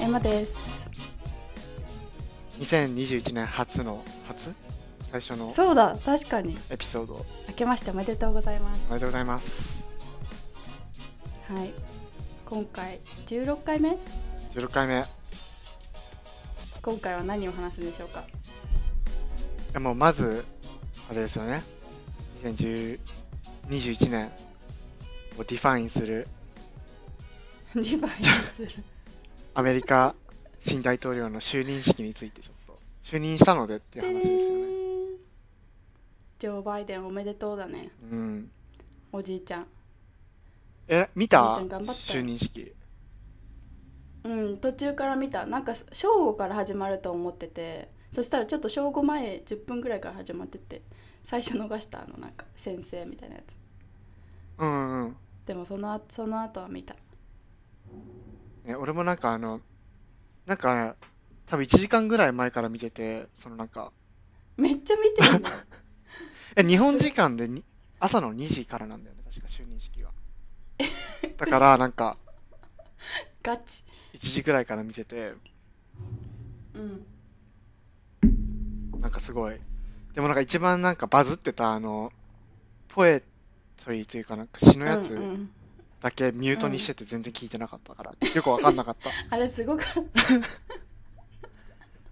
花です2021年初の初最初のそうだ確かにエピソード明けましておめでとうございますおめでとうございますはい今回16回目16回目い今回は何を話すんでしょう かやもうまずあれですよね2021年をディファインするディバイスアメリカ新大統領の就任式についてちょっと就任したのでっていう話ですよねジョー・バイデンおめでとうだねうんおじいちゃんえ見たおじいちゃん頑張った就任式うん途中から見たなんか正午から始まると思っててそしたらちょっと正午前10分ぐらいから始まってて最初逃したあのなんか先生みたいなやつうんうんうんでもそのあその後は見たね、俺もなんかあの、なんか、多分1時間ぐらい前から見てて、そのなんか、めっちゃ見てる んだえ、日本時間でに朝の2時からなんだよね、確か就任式 が。だからなんか、ガチ1時ぐらいから見てて、うんなんかすごい。でもなんか一番なんかバズってたあの、ポエトリーというかなんか詩のやうつんうん、だけミュートにしてて全然聞いてなかったから、よくわかんなかった。 あれすごかった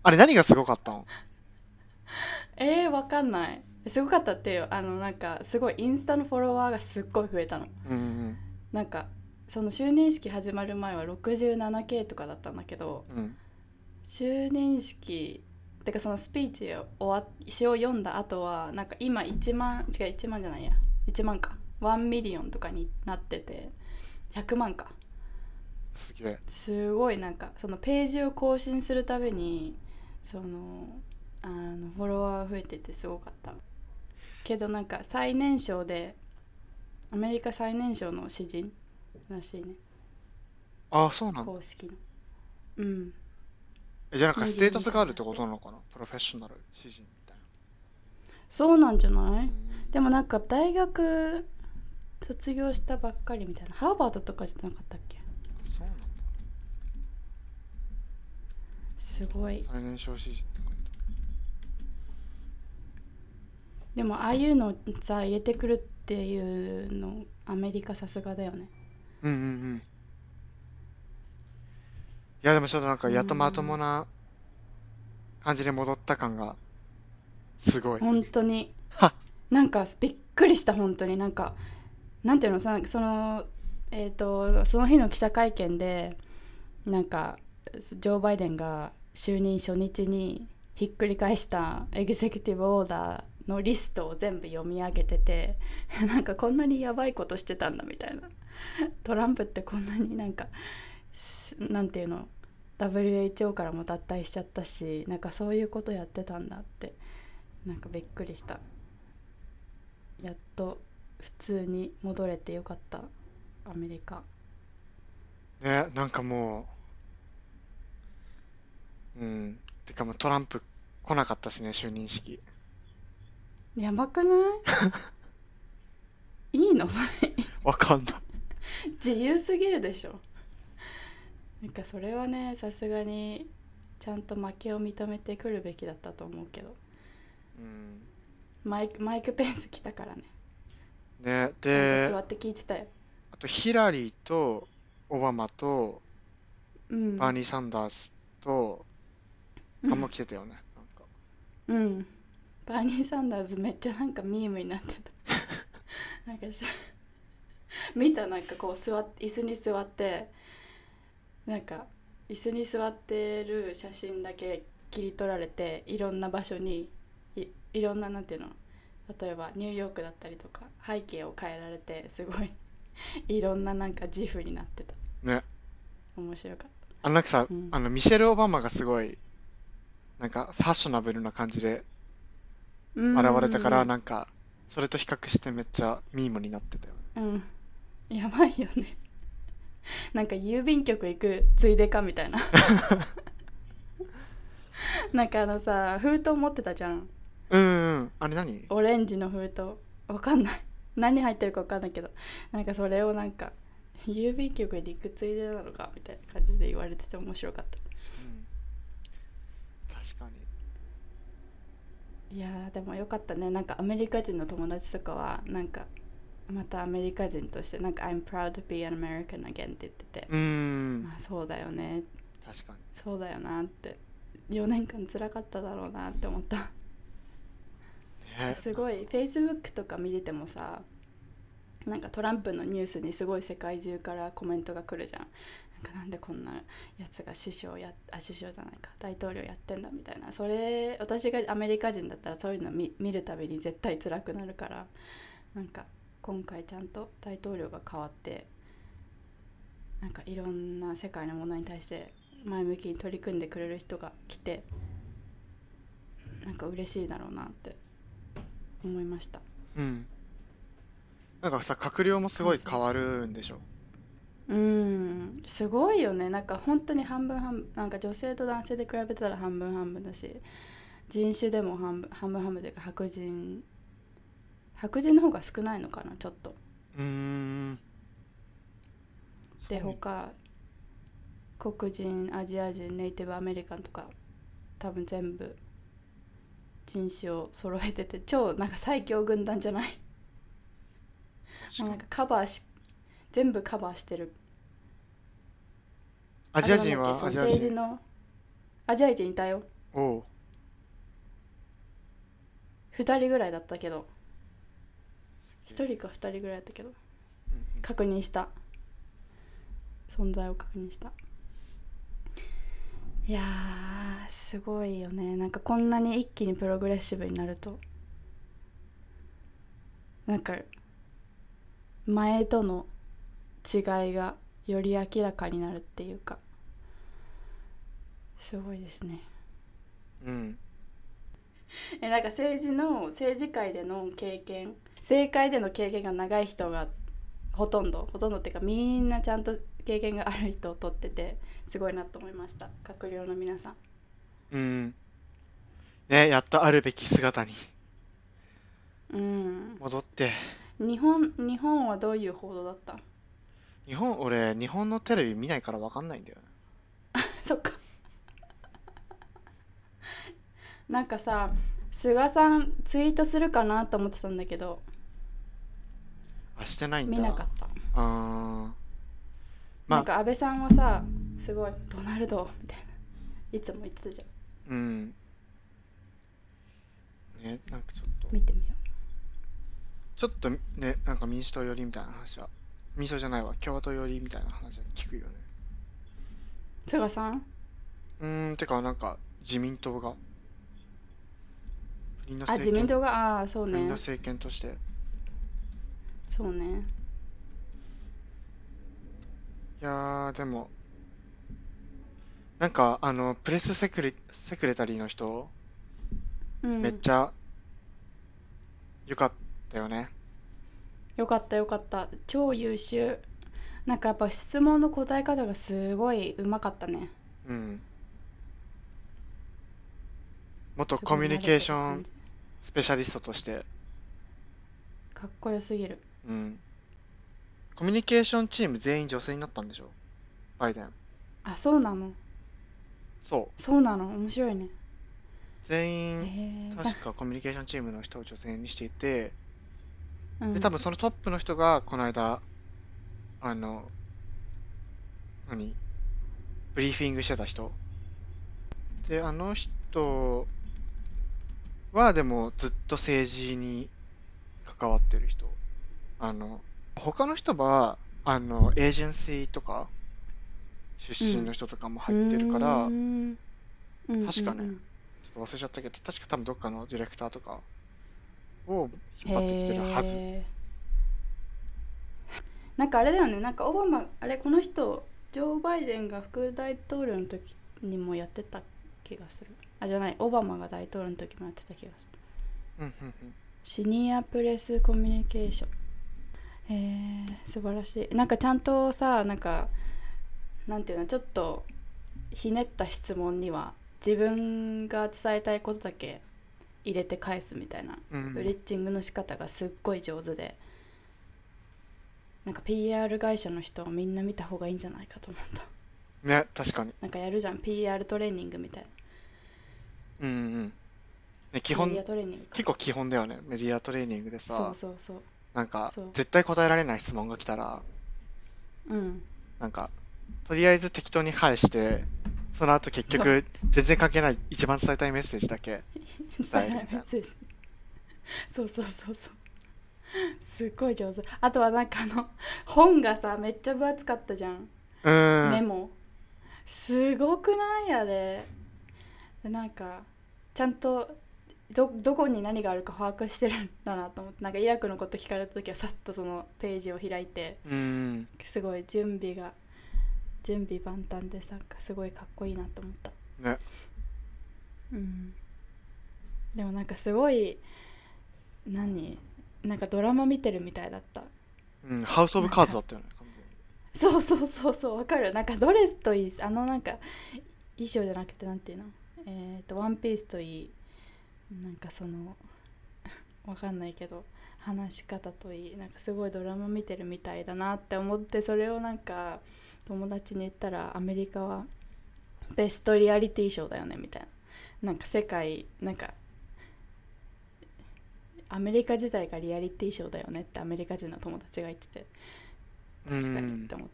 あれ何がすごかったのえー、わかんないすごかったってよあのなんかすごいインスタのフォロワーがすっごい増えたのうんうんなんかその就任式始まる前は 67K とかだったんだけどうん。うん就任式てかそのスピーチを終わ詩を読んだ後はなんか今1万違う1万じゃないや1万か1ミリオンとかになってて100万かすげえ。すごいなんかそのページを更新するたびにそのあのフォロワーが増えててすごかったけどなんか最年少でアメリカ最年少の詩人らしいねああ、そうなんだ。公式のうんえじゃあなんかステータスがあるってことなのかなプロフェッショナル詩人みたいそうなんじゃなな。いでもなんか大学卒業したばっかりみたいなハーバードとかじゃなかったっけうんそうなんだ。すごい最年少詩人とか言っでもああいうのさ入れてくるっていうのアメリカさすがだよねたうんうんうん。いやでもちょっとなんかやっとまともな感じで戻った感がすごい。本当にはなんかびっくりした本当になんかなんていうのさそのえっ、とその日の記者会見でなんかジョー・バイデンが就任初日にひっくり返したエグゼクティブオーダーのリストを全部読み上げてて なんかこんなにやばいことしてたんだみたいなトランプってこんなになんかすなんていうの WHO からも脱退しちゃったしなんかそういうことやってたんだってなんかびっくりしたやっと普通に戻れてよかったアメリカね、なんかもう、うん。てかもうトランプ来なかったしね、就任式。やばくないいいのそれわかんない。自由すぎるでしょなんかそれはねさすがにちゃんと負けを認めてくるべきだったと思うけどうん。マイクマイク・ペンス来たからねね、ちゃんでと座、って聞いてたよあとヒラリーとオバマとうんバーニー・サンダースと、うんあんま来てたよね。なんかうんバーニー・サンダーズめっちゃなんかミームになってた なんかし見たなんかこう座っ椅子に座ってなんか椅子に座ってる写真だけ切り取られていろんな場所にいいろんななんていうの例えばニューヨークだったりとか背景を変えられてすごいいろんななんか自負になってたね、面白かっあのなんかさ、うんあのミシェル・オバマがすごい、なんかファッショナブルな感じでたうん現れたから、なんか、それと比較してめっちゃミームになってたよね。うんやばいよね なんか郵便局行くついでかみたいな なんかあのさ封筒持ってたじゃんうんうん、あれ何オレンジの封筒わかんない何入ってるかわかんないけどなんかそれをなんか郵便局に行くついでなのかみたいな感じで言われてて面白かった確かにいやーでもよかったねなんかアメリカ人の友達とかはなんかまたアメリカ人としてなんか「I'm proud to be an American again」って言ってて、うんまあそうだよね確かにそうだよなって4年間辛かっただろうなって思ったねすごい Facebook とか見ててもさなんかトランプのニュースにすごい世界中からコメントが来るじゃんなんかなんでこんなやつが首相やあ首相じゃないか大統領やってんだみたいなそれ私がアメリカ人だったらそういうの見見るたびに絶対辛くなるからなんか今回ちゃんと大統領が変わってなんかいろんな世界の問題に対して前向きに取り組んでくれる人が来てなんか嬉しいだろうなって思いましたうんなんかさ閣僚もすごい変わるんでしょうんすごいよねなんか本当に半分半分なんか女性と男性で比べたら半分半分だし人種でも半分半分半分というか白人白人の方が少ないのかなちょっとうーんでそう他黒人アジア人ネイティブアメリカンとか多分全部人種を揃えてて超なんか最強軍団じゃない確もかうなんにかカバーし全部カバーしてるアジア人はアアジジアア人政治人のアジア人いたよおう2人ぐらいだったけど1人か2人ぐらいだったけどうんうん確認した存在を確認したいやーすごいよねなんかこんなに一気にプログレッシブになるとなんか前との違いがより明らかになるっていうかすごいですねうんえなんか政治の政治界での経験政界での経験が長い人がほとんどほとんどっていうかみんなちゃんと経験がある人を取っててすごいなと思いました閣僚の皆さんうんねやっとあるべき姿にうん戻って日本日本はどういう報道だった 日本俺日本のテレビ見ないから分かんないんだよねそっか なんかさ菅さんツイートするかなと思ってたんだけどあしてないんだ見なかったあーまあなんか安倍さんはさすごいドナルドみたいないつも言ってたじゃうんんねなんかちょっと見てみようちょっとねなんか民主党寄りみたいな話は民主党じゃないわ共和党寄りみたいな話は聞くよね菅さんうーんてかなんか自民党が国のあ自政民権党がああーそう国のね政権としてそうねいやーでもなんかあのプレスセクレセクレタリーの人うんめっちゃ良かったよねよかったよかった超優秀なんかやっぱ質問の答え方がすごいうまかったねうん元コミュニケーションすごい慣れてるスペシャリストとして、感じかっこよすぎるうん。コミュニケーションチーム全員女性になったんでしょバイデン。あそうなのそう。そうなの面白いね全へ員、え確かコミュニケーションチームの人を女性にしていて、うんで、多分そのトップの人が、この間、あの、何ブリーフィングしてた人。で、あの人は、でも、ずっと政治に関わってる人。あの、他の人は、あの、エージェンシーとか、出身の人とかも入ってるから、うーんうん確かねうんちょっと忘れちゃったけど、確か多分どっかのディレクターとかをうん引っ張ってきてるはず。へーなんかあれだよねなんかオバマあれこの人ジョー・バイデンが副大統領の時にもやってた気がするあじゃないオバマが大統領の時もやってた気がすうるんうんうん。シニアプレスコミュニケーションえー、素晴らしいなんかちゃんとさなんかなんていうのちょっとひねった質問には自分が伝えたいことだけ入れて返すみたいなうんブリッジングの仕方がすっごい上手でなんか PR 会社の人をみんな見た方がいいんじゃないかと思った ね、確かに。なんかやるじゃん PR トレーニングみたいなうんうん。ね、基本メディア、トレーニングか結構基本だよね。メディアトレーニングでそさう、そうそうなんかそう、絶対答えられない質問が来たら、 うんなんか、とりあえず適当に返して、その後結そ局、全然関係ない、一番伝えたいメッセージだけ。伝えるみたいな そうそうそうそう すっごい上手あとはなんかあの本がさめっちゃ分厚かったじゃん、うーん。メモすごくないあれでなんかちゃんとどどこに何があるか把握してるんだなと思ってなんかイラクのこと聞かれた時はさっとそのページを開いてうん。すごい準備が準備万端でなんかすごいかっこいいなと思ったね。うんでもなんかすごい何なんかドラマ見てるみたいだったうん。ハウス・オブ・カーズだったよね。完全にそうそうそうそうわかるなんかドレスといいあのなんか衣装じゃなくてなんていうのえっ、とワンピースといいなんかそのわかんないけど話し方といいなんかすごいドラマ見てるみたいだなって思ってそれをなんか友達に言ったらアメリカはベストリアリティショーだよねみたいななんか世界なんかアメリカ自体がリアリティショーだよねってアメリカ人の友達が言っててうん確かにって思っ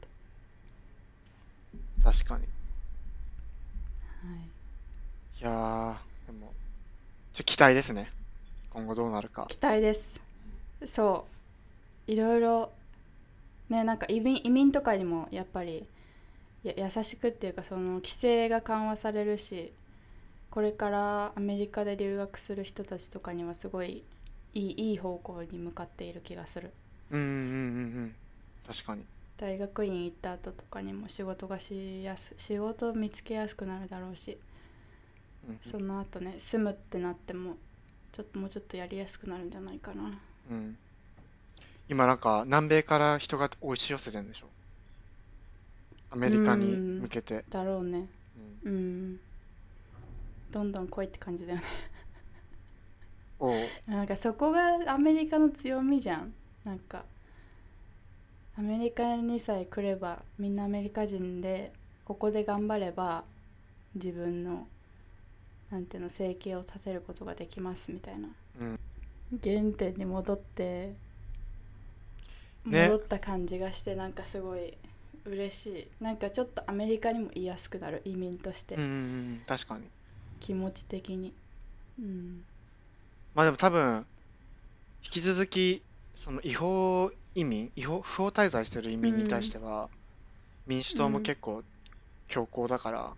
た、確かに。いはいやー、でも、ちょ期待ですね。今後どうなるか。期待ですそういろいろねなんか移民移民とかにもやっぱりや優しくっていうかその規制が緩和されるしこれからアメリカで留学する人たちとかにはすごいいいいい方向に向かっている気がするうんうんうんうん。確かに。大学院行った後とかにも仕事がしやす仕事を見つけやすくなるだろうしうんその後ね住むってなってもちょっともうちょっとやりやすくなるんじゃないかなうん。うん。今なんか、南米から人が押し寄せてるんでしょ。アメリカにうん向けて。だろうねうんうんどんどん来いって感じだよね おうなんかそこがアメリカの強みじゃんなんかアメリカにさえ来ればみんなアメリカ人でここで頑張れば自分のなんていうの生計を立てることができますみたいな、うん原点に戻ってね戻った感じがして、なんかすごい嬉しいなんかちょっとアメリカにも言いやすくなる移民として、うんうんうん。確かに。気持ち的にうんまあでも多分、引き続き、その違法移民、違法、不法滞在してる移民に対しては、民主党も結構強硬だから、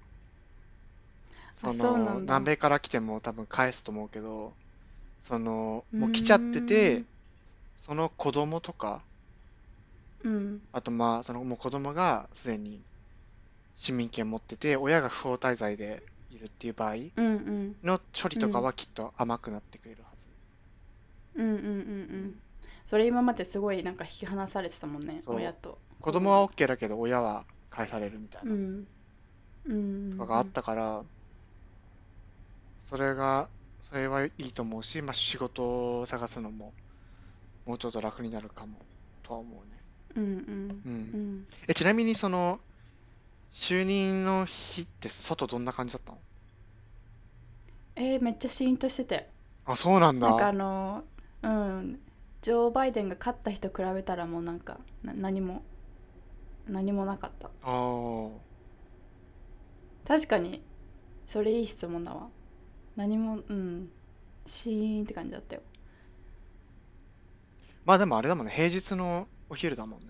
そあそうなの、んだ南米から来ても多分返すと思うけど、その、もう来ちゃってて、その子供とか、うんあとまあ、そのもう子供がすでに市民権持ってて、親が不法滞在でいるっていう場合うんうんの処理とかうんはきっと甘くなってくれるはうんうんうんうんそれ今まですごいなんか引き離されてたもんねそう親とず。子供は OK だけど、親は返されるみたいな。うんうんとかがあったから、それが、それはいいと思うし、まあ、仕事を探すのも、もうちょっと楽になるかも、とは思うね。うんうう。んうんんえ、ちなみに、その、就任の日って外どんな感じだったのえーめっちゃシーンとしてたよあ、そうなんなんかだ。あのうんジョー・バイデンが勝った日と比べたらもうなんかな何も何もなかったあー確かにそれいい質問だわ何もうんシーンって感じだったよまあでもあれだもんね、平日のお昼だもんね。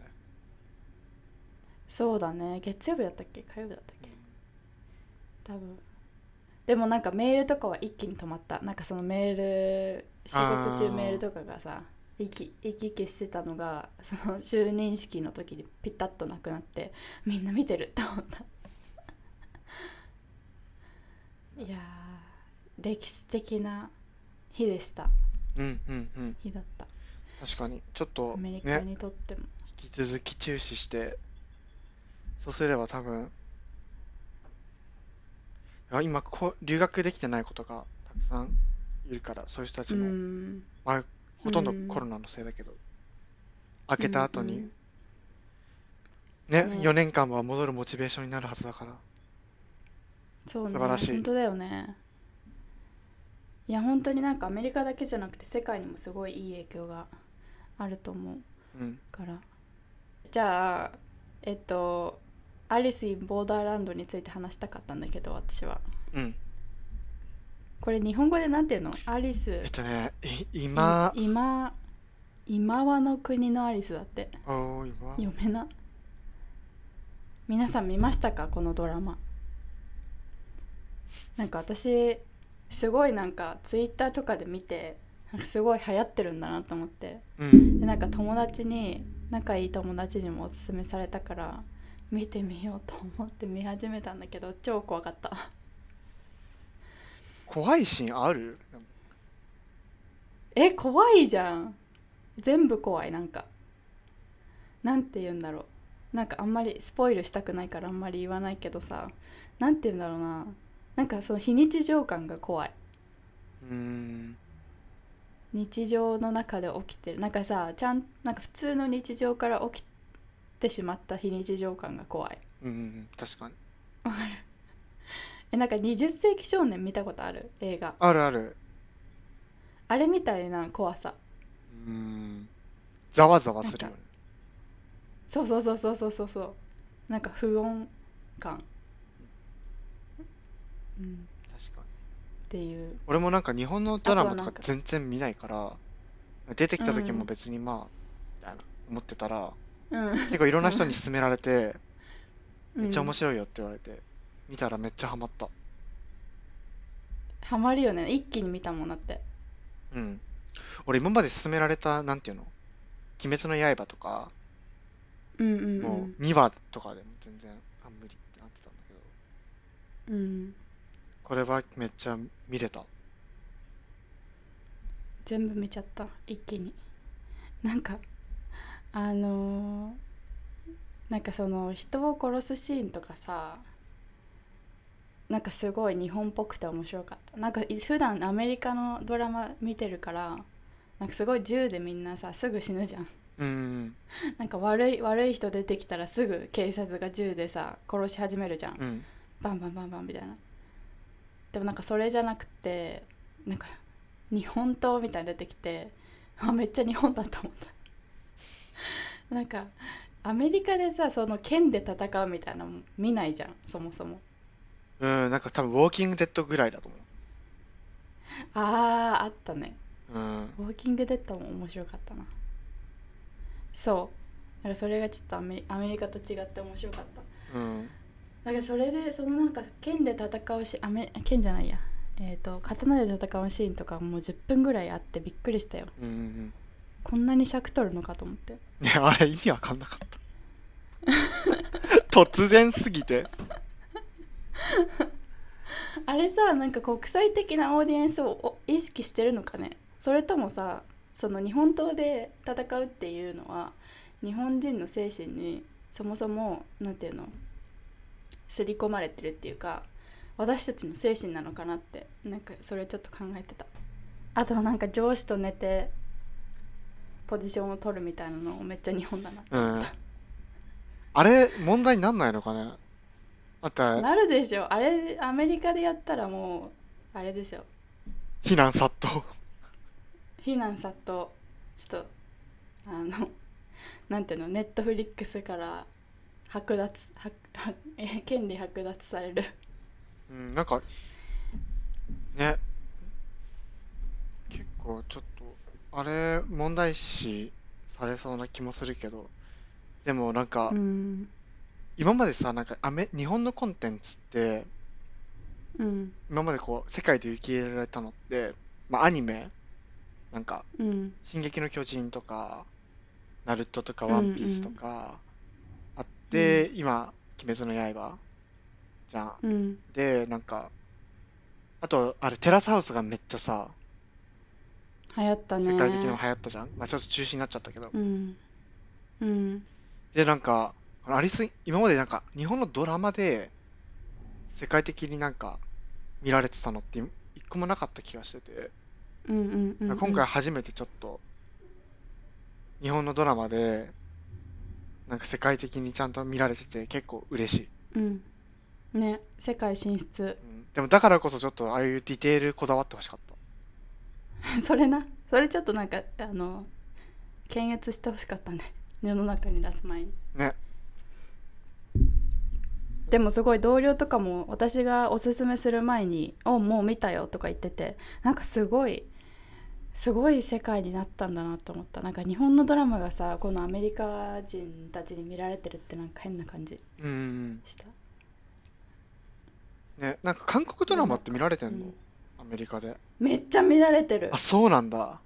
そうだね月曜日だったっけ火曜日だったっけ多分でもなんかメールとかは一気に止まったなんかそのメール仕事あ中ーメールとかがさ息息消してたのがその就任式の時にピタッとなくなってみんな見てるって思 ったいやー歴史的な日でしたうんうんうん。日だった確かに。ちょっとアメリカね、にとっても、引き続き注視して、そうすれば多分、あ今こう、留学できてない子とかたくさんいるから、そういう人たうちも、んまあ、ほとんどうんコロナのせいだけど、開けた後うんうにんね、ね4年間は戻るモチベーションになるはずだから。そうね素晴らしい本当だよねいや本当になんかアメリカだけじゃなくて世界にもすごいいい影響があると思ううん。からじゃあえっと「アリス・イン・ボーダーランド」について話したかったんだけど私はうん。これ日本語でなんていうのアリスえっとね、い今、い今今はの国のアリスだっておー、今。読めな皆さん見ましたかこのドラマなんか私すごいなんかツイッターとかで見てなんかすごい流行ってるんだなと思ってうん。でなんか友達に仲いい友達にもおすすめされたから見てみようと思って見始めたんだけど超怖かった怖いシーンあるえ怖いじゃん全部怖いなんかなんて言うんだろうなんかあんまりスポイルしたくないからあんまり言わないけどさなんて言うんだろうななんかその非日常感が怖いうーん。日常の中で起きてるなんかさちゃんなんか普通の日常から起きてしまった非日常感が怖いうんうんうん、確かに。えなんか20世紀少年見たことある映画あるある。あれみたいな怖さうーん。ざわざわするよね。そうそうそうそうそうそうそうなんか不穏感うん確かに。っていう俺もなんか日本のドラマあととはなんかか全然見ないから、出てきた時うんうもん別にまあ、みたいな思ってたら、うん結構いろんな人に勧められて、めっちゃ面白い白いよって言われて、見たらめっちゃハマった。ハマるよね一気に見たもんだってうん。俺今まで勧められた、なんていうの鬼滅の刃とか、うんうんうもんう2話とかでも全然、あ、無理ってなってたんだけど、うんこれはめっちゃ見れた。全部見ちゃった一気になんかあのーなんかその人を殺すシーンとかさなんかすごい日本っぽくて面白かったなんかい普段アメリカのドラマ見てるからなんかすごい銃でみんなさすぐ死ぬじゃんうんなんか悪い悪い人出てきたらすぐ警察が銃でさ殺し始めるじゃんうん、うん。バンバンバンバンみたいなでもなんかそれじゃなくてなんか日本刀みたいに出てきてあめっちゃ日本だと思ったなんかアメリカでさその剣で戦うみたいなの見ないじゃんそもそもうん、なんか多分、ウォーキングデッドぐらいだと思あーあったねう。うん。ウォーキングデッドも面白かったなそうなんかそれがちょっとアメリアメリカと違って面白かったうん。だからそれでそのなんか剣で戦うしあめ剣じゃないやえっ、と刀で戦うシーンとかもう10分ぐらいあってびっくりしたようんうんうん。こんなに尺取るのかと思ってね、あれ意味わかんなかった。突然すぎて。あれさなんか国際的なオーディエンスをお意識してるのかねそれともさその日本刀で戦うっていうのは日本人の精神にそもそもなんていうの刷り込まれてるっていうか私たちの精神なのかなってなんかそれちょっと考えてたあとなんか上司と寝てポジションを取るみたいなのめっちゃ日本だなってう思っんた、。あれ、問題になんないのかねあったら、なるでしょあれアメリカでやったらもうあれですよ非難殺到。非難殺到ちょっとあの なんていうのネットフリックスから剥 奪ははえ権利剥奪されるうん、なんか、ね。結構ちょっと、あれ、問題視されそうな気もするけど、でもなんか、うん今までさ、なんかアメ、日本のコンテンツって、うん今までこう、世界で受け入れられたのって、まあアニメ、なんか、うん進撃の巨人とか、ナルトとか、うんワンピースとか、あって、今、鬼滅の刃じゃん。うんで、なんか、あと、あれ、テラスハウスがめっちゃさ、流行ったね世界的にも流行ったじゃん。まあちょっと中止になっちゃったけど。うんうんで、なんか、このアリス、今までなんか、日本のドラマで、世界的になんか、見られてたのって、一個もなかった気がしてて、うんうんうんうん今回初めてちょっと、日本のドラマで、なんか世界的にちゃんと見られてて結構嬉しい、うんね世界進出うん、でもだからこそちょっとああいうディテールこだわってほしかった それなそれちょっとなんかあの検閲してほしかったね世の中に出す前にねでもすごい同僚とかも私がおすすめする前に「おもう見たよ」とか言っててなんかすごいすごい世界になったんだなと思ったなんか日本のドラマがさこのアメリカ人たちに見られてるってなんか変な感じうんうんしたうんねなんか韓国ドラマって見られてんの、うんアメリカでめっちゃ見られてるあそうなんだ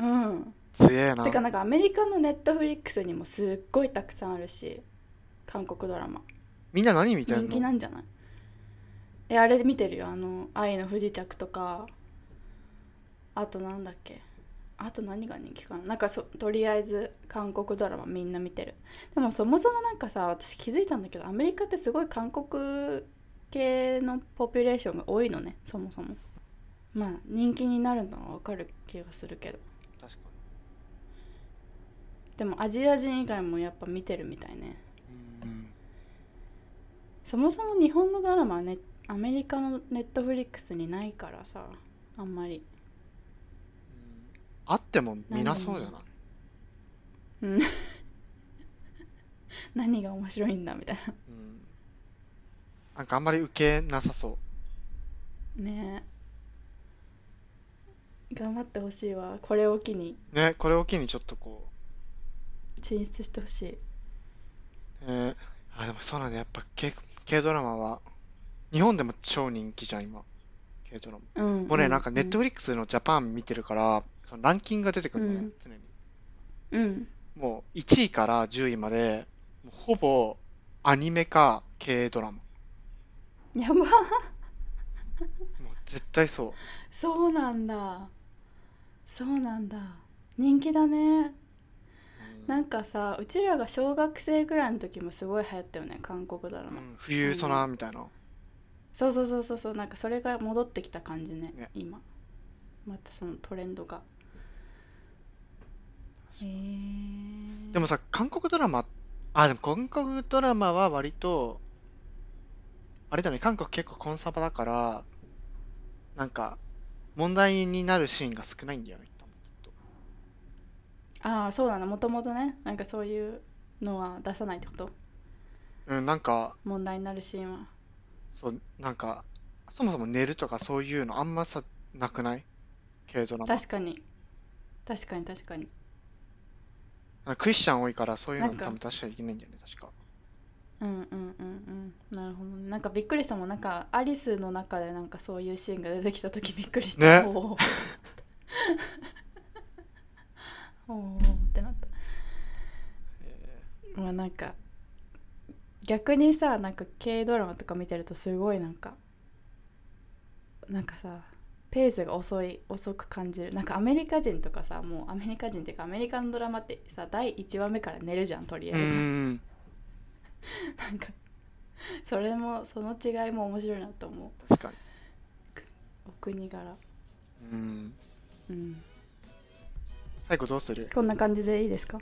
うん強えなてかなんかアメリカのネットフリックスにもすっごいたくさんあるし韓国ドラマみんな何見てん人気なのんじゃないえあれ見てるよあの「愛の不時着」とかあとなんだっけあと何が人気かななんかそとりあえず韓国ドラマみんな見てるでもそもそもなんかさ私気づいたんだけどアメリカってすごい韓国系のポピュレーションが多いのねそもそもまあ人気になるのはわかる気がするけど確かでもアジア人以外もやっぱ見てるみたいねにうんそもそも日本のドラマはねアメリカのネットフリックスにないからさあんまりあっても見なそうじゃない何が面白いんだみたいうんなんかあんまり受けなさそうなねえ頑張ってほしいわこれを機にね、これを機にちょっとこ、進出してほしいうね、あ、でもそうなんだ、やっぱ K、K ドラマは、日本でも超人気じゃん、今、K ドラマ。うんもうね、なんかネットフフリックスのジャパン見てるから、そのランキングが出てくるのうねん、常に。リうんもう1位から10位まで、もうほぼアニメか K ドラマ。やばもう絶対そう。そうなんだそうなんだ人気だねうんなんかさうちらが小学生ぐらいの時もすごい流行ったよね韓国ドラうマ、ん冬ソナみたいな。そうそうそうそうそうなんかそれが戻ってきた感じねね今またそのトレンドがへえでもさ、韓国ドラマ、あ、でも韓国ドラマは割と、あれだね、韓国結構コンサバだから、なんか、問題になるシーンが少ないんだよね、多分きっああそうだなもともとねなんかそういうのは出さないってことと。うん、なんか、問題になるシーンはそう、なんか、そもそも寝るとかそういうのあんまさ、なくない軽ドラマ。確かに確かに確かになんかクリスチャン多いからそういうのなんか多分出しちゃいけないんだよね、確か。うんうんうんうんなるほどねなんかびっくりしたもんなんかアリスの中でなんかそういうシーンが出てきた時びっくりした、ねおーおーってなったまあなんか逆にさなんか軽ドラマとか見てるとすごいなんかなんかさペースが遅い遅く感じるなんかアメリカ人とかさもうアメリカ人っていうかアメリカのドラマってさ第1話目から寝るじゃんとりうあえず、ん、なんかそれもその違いも面白いなと思う確かに。お国柄うん。うん最後どうするこんな感じでいいですか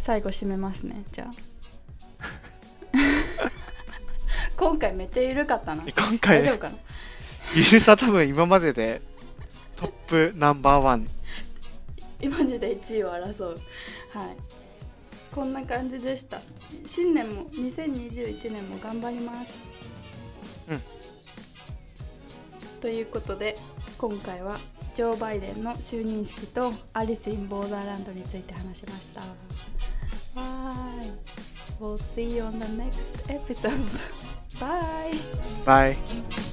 最後締めますねじゃ あ今回めっちゃ緩かったなえ今回大丈夫かなゆるさ多分今まででトップナンバーワン。 今時で1位を争うはいこんな感じでした新年も2021年も頑張りますうんということで今回はジョー・バイデンの就任式とアリス・イン・ボーダーランドについて話しましたはーい We'll see you on the next episode. Bye! Bye.